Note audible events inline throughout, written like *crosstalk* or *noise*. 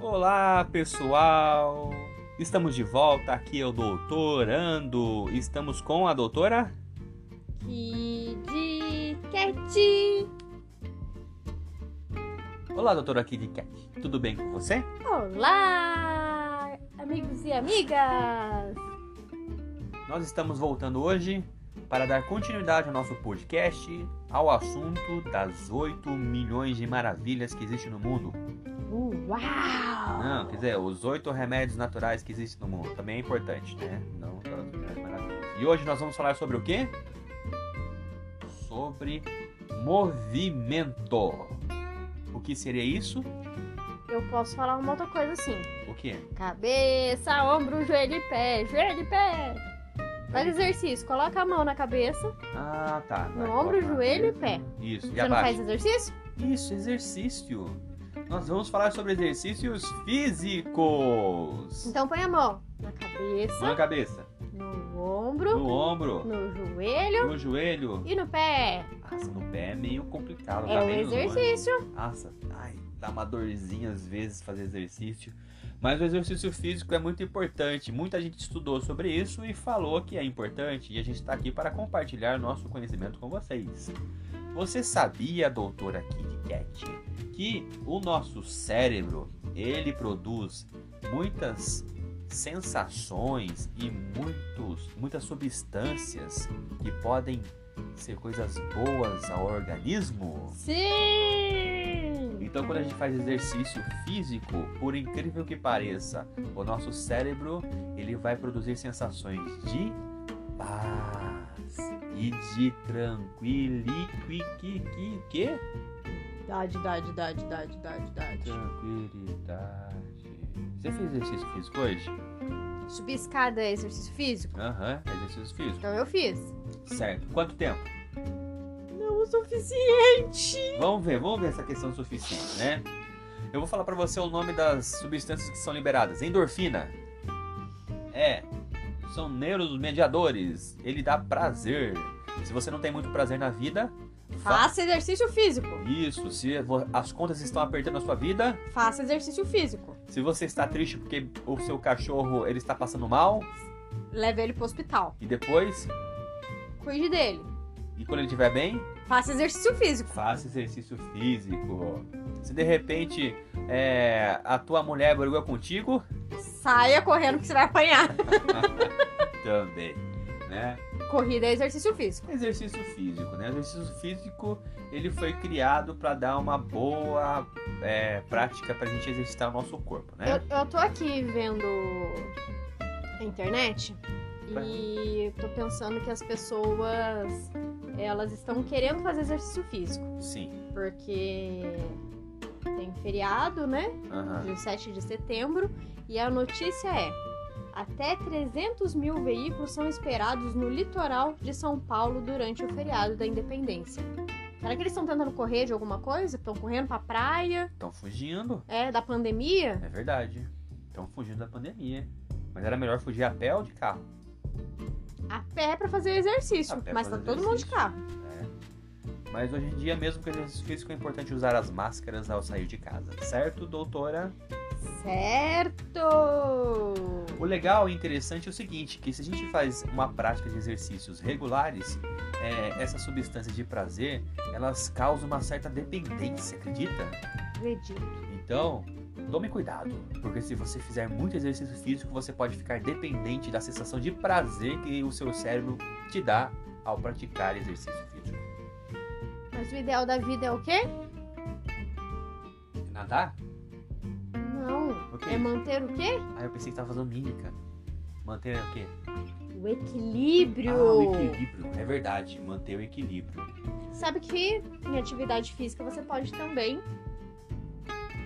Olá, pessoal! Estamos de volta aqui, é o doutorando. Estamos com a doutora? Kid Cat. Olá, doutora Kid Kat. Tudo bem com você? Olá, amigos e amigas. Nós estamos voltando hoje para dar continuidade ao nosso podcast, ao assunto das 8 milhões de maravilhas que existem no mundo. Uau! Não, quer dizer, os oito remédios naturais que existem no mundo. Também é importante, né? Não aquelas outras maravilhas. E hoje nós vamos falar sobre o quê? Sobre movimento. O que seria isso? Eu posso falar uma outra coisa assim. O quê? Cabeça, ombro, joelho e pé. Joelho e pé. Faz exercício. Coloca a mão na cabeça. Ah, tá. No ombro, coloca. joelho e pé. Isso, e Você não faz abaixo. assim? exercício? Isso, exercício. Nós vamos falar sobre exercícios físicos. Então põe a mão na Mão na cabeça, cabeça, no ombro, no ombro, no joelho no joelho. e no pé. Nossa, no pé é meio complicado. É tá um bem no nome. exercício. Nossa, ai, dá uma dorzinha às vezes fazer exercício. Mas o exercício físico é muito importante. Muita gente estudou sobre isso e falou que é importante. E a gente está aqui para compartilhar nosso conhecimento com vocês. Você sabia, doutora Kit Kat, que o nosso cérebro ele produz muitas sensações e muitos, muitas substâncias que podem ser coisas boas ao organismo? Sim! Então, quando a gente faz exercício físico, por incrível que pareça, o nosso cérebro ele vai produzir sensações de paz e de tranquilidade. Dade, dade, dade, dade, dade, dade. Tranquilidade. Você fez exercício físico hoje? Subir escada é exercício físico? Aham, exercício físico. Então eu fiz. Certo. Quanto tempo? Não o suficiente. Vamos ver, vamos ver essa questão suficiente, né? Eu vou falar pra você o nome das substâncias que são liberadas. Endorfina. É. São neuromediadores. Ele dá prazer. Se você não tem muito prazer na vida, fa- Faça exercício físico. Isso. Se vo- as contas estão apertando a sua vida, Faça exercício físico. se você está triste porque o seu cachorro ele está passando mal Leve ele pro hospital. e depois, Cuide dele. e quando ele estiver bem, Faça exercício físico. Faça exercício físico. Se de repente é, a tua mulher brigou contigo, Saia correndo que você vai apanhar. *laughs* também, né? Corrida é exercício físico. Exercício físico, né? Exercício físico ele foi criado para dar uma boa é, prática para a gente exercitar o nosso corpo, Eu, né? eu tô aqui vendo a internet e tô pensando que as pessoas elas estão querendo fazer exercício físico. Sim. Porque tem feriado, né? Aham. de 7 de setembro, e a notícia é: até 300 mil veículos são esperados no litoral de São Paulo durante o feriado da Independência. Será que eles estão tentando correr de alguma coisa? Estão correndo pra praia? Estão fugindo, É, da pandemia? é verdade. Estão fugindo da pandemia. Mas era melhor fugir a pé ou de carro? A pé pra fazer exercício, A pé mas tá fazer todo mundo de exercício. carro. Mas hoje em dia, mesmo com exercício físico, é importante usar as máscaras ao sair de casa, certo, doutora? Certo! O legal e interessante é o seguinte, que se a gente faz uma prática de exercícios regulares, é, essas substâncias de prazer, elas causam uma certa dependência, acredita? Acredito. Então, tome cuidado, porque se você fizer muito exercício físico, você pode ficar dependente da sensação de prazer que o seu cérebro te dá ao praticar exercício físico. Mas o ideal da vida é o quê? Nadar? Não. O quê? É manter o quê? Ah, eu pensei que tava fazendo mímica. Manter o quê? O equilíbrio. Ah, o equilíbrio. É verdade, manter o equilíbrio. Sabe que em atividade física você pode também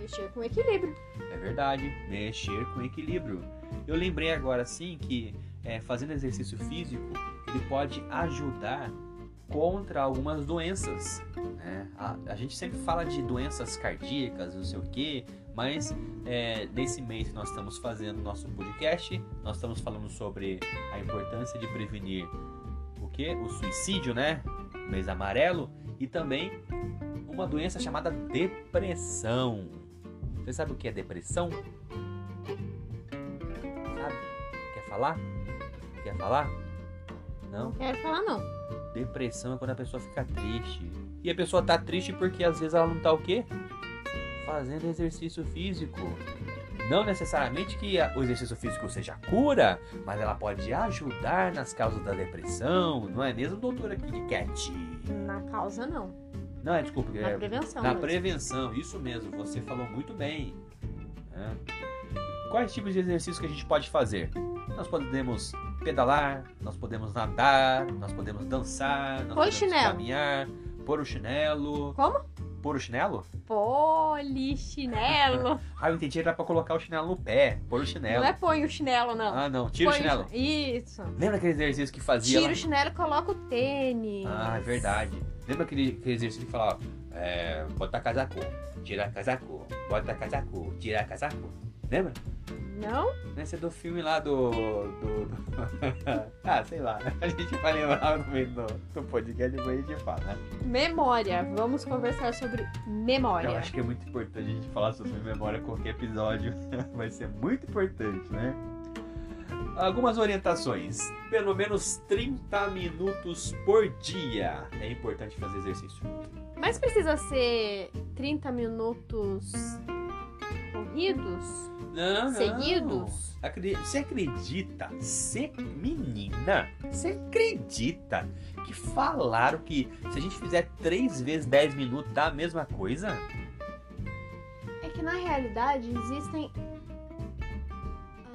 mexer com equilíbrio. É verdade, mexer com equilíbrio. Eu lembrei agora sim que é, fazendo exercício físico ele pode ajudar contra algumas doenças. né? A, a gente sempre fala de doenças cardíacas, não sei o quê, mas é, nesse mês que nós estamos fazendo nosso podcast, nós estamos falando sobre a importância de prevenir o que? O suicídio, né? Mês amarelo e também uma doença chamada depressão. Você sabe o que é depressão? falar? Quer falar? Não? Quero falar não. Depressão é quando a pessoa fica triste. E a pessoa tá triste porque às vezes ela não tá o quê? Fazendo exercício físico. Não necessariamente que a- o exercício físico seja a cura, mas ela pode ajudar nas causas da depressão, não é mesmo, doutora Kit Na causa não. Não, é, desculpa, Na é, prevenção. na mesmo. prevenção, isso mesmo, você falou muito bem. né? Quais tipos de exercícios que a gente pode fazer? Nós podemos pedalar, nós podemos nadar, nós podemos dançar, nós Põe podemos chinelo. caminhar, pôr o chinelo. Como? Pôr o chinelo? *laughs* Polichinelo. Ah, eu entendi, dá pra colocar o chinelo no pé, pôr o chinelo. Não é põe o chinelo, não. Ah, não, tira Põe o chinelo. Isso. Lembra aquele exercício que fazia Tira lá? o chinelo e coloca o tênis. Ah, é verdade. Lembra aquele, aquele exercício que falava, é, botar casaco, tirar casaco, bota casaco, tirar casaco? Lembra? Não? Esse é do filme lá do. do, *laughs* do- ah, sei lá. A gente vai lembrar no meio do, do podcast e depois a gente fala. né? Memória. Vamos conversar sobre memória. Eu acho que é muito importante a gente falar sobre memória qualquer episódio. *laughs* Vai ser muito importante, né? Algumas orientações. Pelo menos 30 minutos por dia. É importante fazer exercício. Mas precisa ser 30 minutos corridos? Ah, Não, não. Seguidos? Acre- Você acredita, você, menina, você acredita que falaram que se a gente fizer três vezes 10 minutos dá a mesma coisa? É que na realidade existem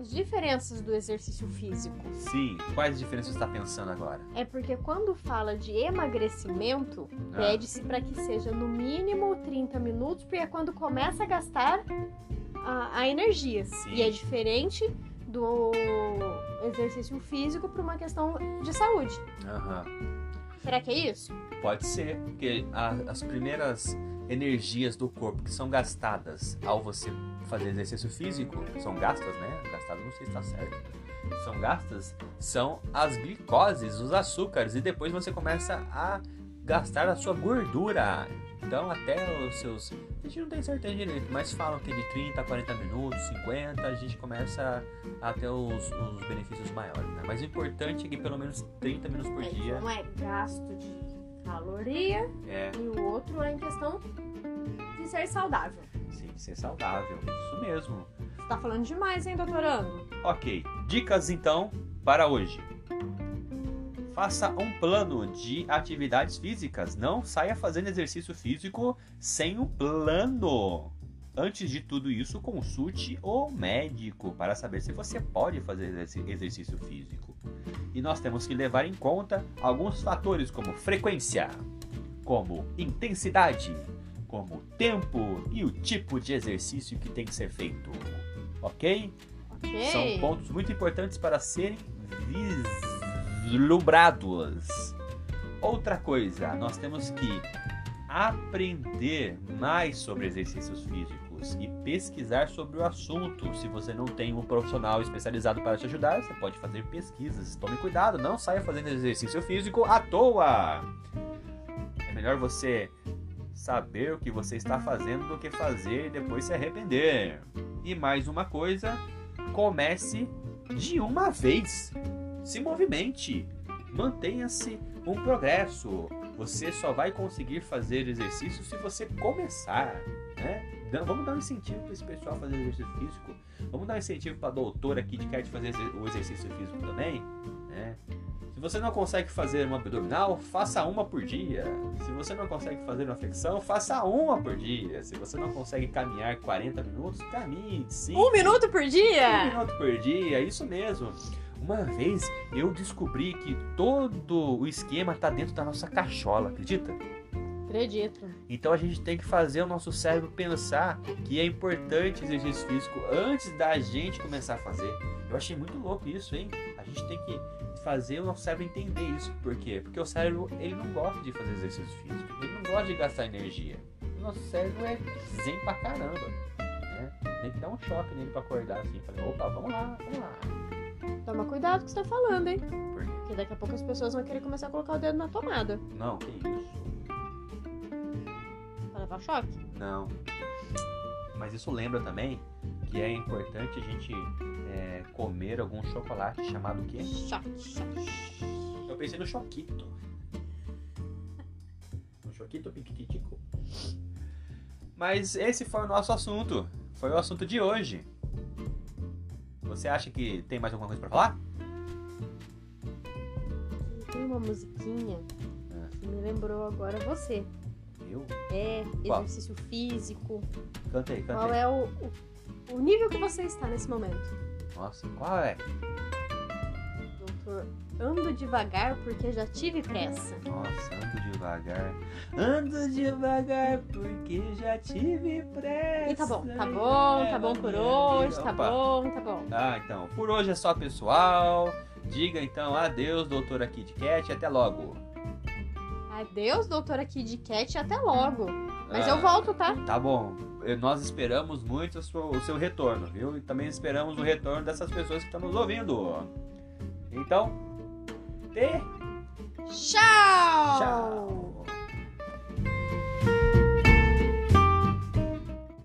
as diferenças do exercício físico. Sim. Quais diferenças você está pensando agora? É porque quando fala de emagrecimento, Ah. pede-se para que seja no mínimo 30 minutos, porque é quando começa a gastar a, a energia. Sim. E é diferente do exercício físico para uma questão de saúde. Aham. Será que é isso? Pode ser, porque a- as primeiras energias do corpo que são gastadas ao você fazer exercício físico, são gastas, né? Gastado não sei se está certo. São gastas, são as glicoses, os açúcares, e depois você começa a gastar a sua gordura. Então, até os seus. A gente não tem certeza direito, mas falam que de 30 a 40 minutos, 50, a gente começa a ter os, os benefícios maiores. Né? Mas o importante é que pelo menos 30 minutos por dia. Um é gasto de caloria É, e o outro é em questão de ser saudável. Sim, ser saudável. Isso mesmo. Você tá falando demais, hein, doutorando? Ok, dicas então para hoje. Faça um plano de atividades físicas. Não saia fazendo exercício físico sem um plano. Antes de tudo isso, consulte o médico para saber se você pode fazer exerci- exercício físico. E nós temos que levar em conta alguns fatores como frequência, como intensidade, como tempo e o tipo de exercício que tem que ser feito. Ok? Ok. São pontos muito importantes para serem vislumbrados. Outra coisa, nós temos que aprender mais sobre exercícios físicos e pesquisar sobre o assunto. Se você não tem um profissional especializado para te ajudar, você pode fazer pesquisas. Tome cuidado, não saia fazendo exercício físico à toa. É melhor você saber o que você está fazendo do que fazer e depois se arrepender. E mais uma coisa, comece de uma vez. Se movimente. Mantenha-se um progresso. Você só vai conseguir fazer exercício se você começar, né? Dá- Vamos dar um incentivo para esse pessoal fazer exercício físico. Vamos dar um incentivo para a doutora aqui de quer de fazer exer- o exercício físico também, né? Se você não consegue fazer uma abdominal, faça uma por dia. Se você não consegue fazer uma flexão, faça uma por dia. Se você não consegue caminhar 40 minutos, caminhe 5. Um minuto por Um dia? minuto por dia, isso mesmo. Uma vez eu descobri que todo o esquema tá dentro da nossa cachola, acredita? Acredito. Então a gente tem que fazer o nosso cérebro pensar que é importante exercício físico antes da gente começar a fazer. Eu achei muito louco isso, hein? A gente tem que fazer o nosso cérebro entender isso. Por quê? Porque o cérebro ele não gosta de fazer exercício físico, ele não gosta de gastar energia. O nosso cérebro é zen pra caramba. né? Tem que dar um choque nele pra acordar assim, falar, opa, vamos lá, vamos lá. Toma cuidado com o que você tá falando, hein? Por quê? Porque daqui a pouco as pessoas vão querer começar a colocar o dedo na tomada Não, que isso. pra levar choque. Não. Mas isso lembra também que é importante a gente é, comer algum chocolate chamado o quê? Choque, choque. Eu pensei no choquito. No choquito piquitico. Mas esse foi o nosso assunto. Foi o assunto de hoje. Você acha que tem mais alguma coisa pra falar? Tem uma musiquinha Ah. que me lembrou agora você. Eu? É, Qual? Tá exercício físico. Cantei, Qual cantei. é o, o, o nível que você está nesse momento? Nossa, qual é? Doutor, ando devagar porque já tive pressa. Nossa, ando devagar. Ando devagar porque já tive pressa. E tá bom, tá bom, tá bom por hoje, tá É, Opa. bom, tá bom. Ah, então, por hoje é só, pessoal. Diga então adeus, doutora Kit Kat, e até logo. Adeus, doutora Kid Cat, até logo. Mas Ah, eu volto, tá? Tá bom. Eh, Nós esperamos muito o seu, o seu retorno, viu? E também esperamos o retorno dessas pessoas que estão nos ouvindo. Então, te Tchau!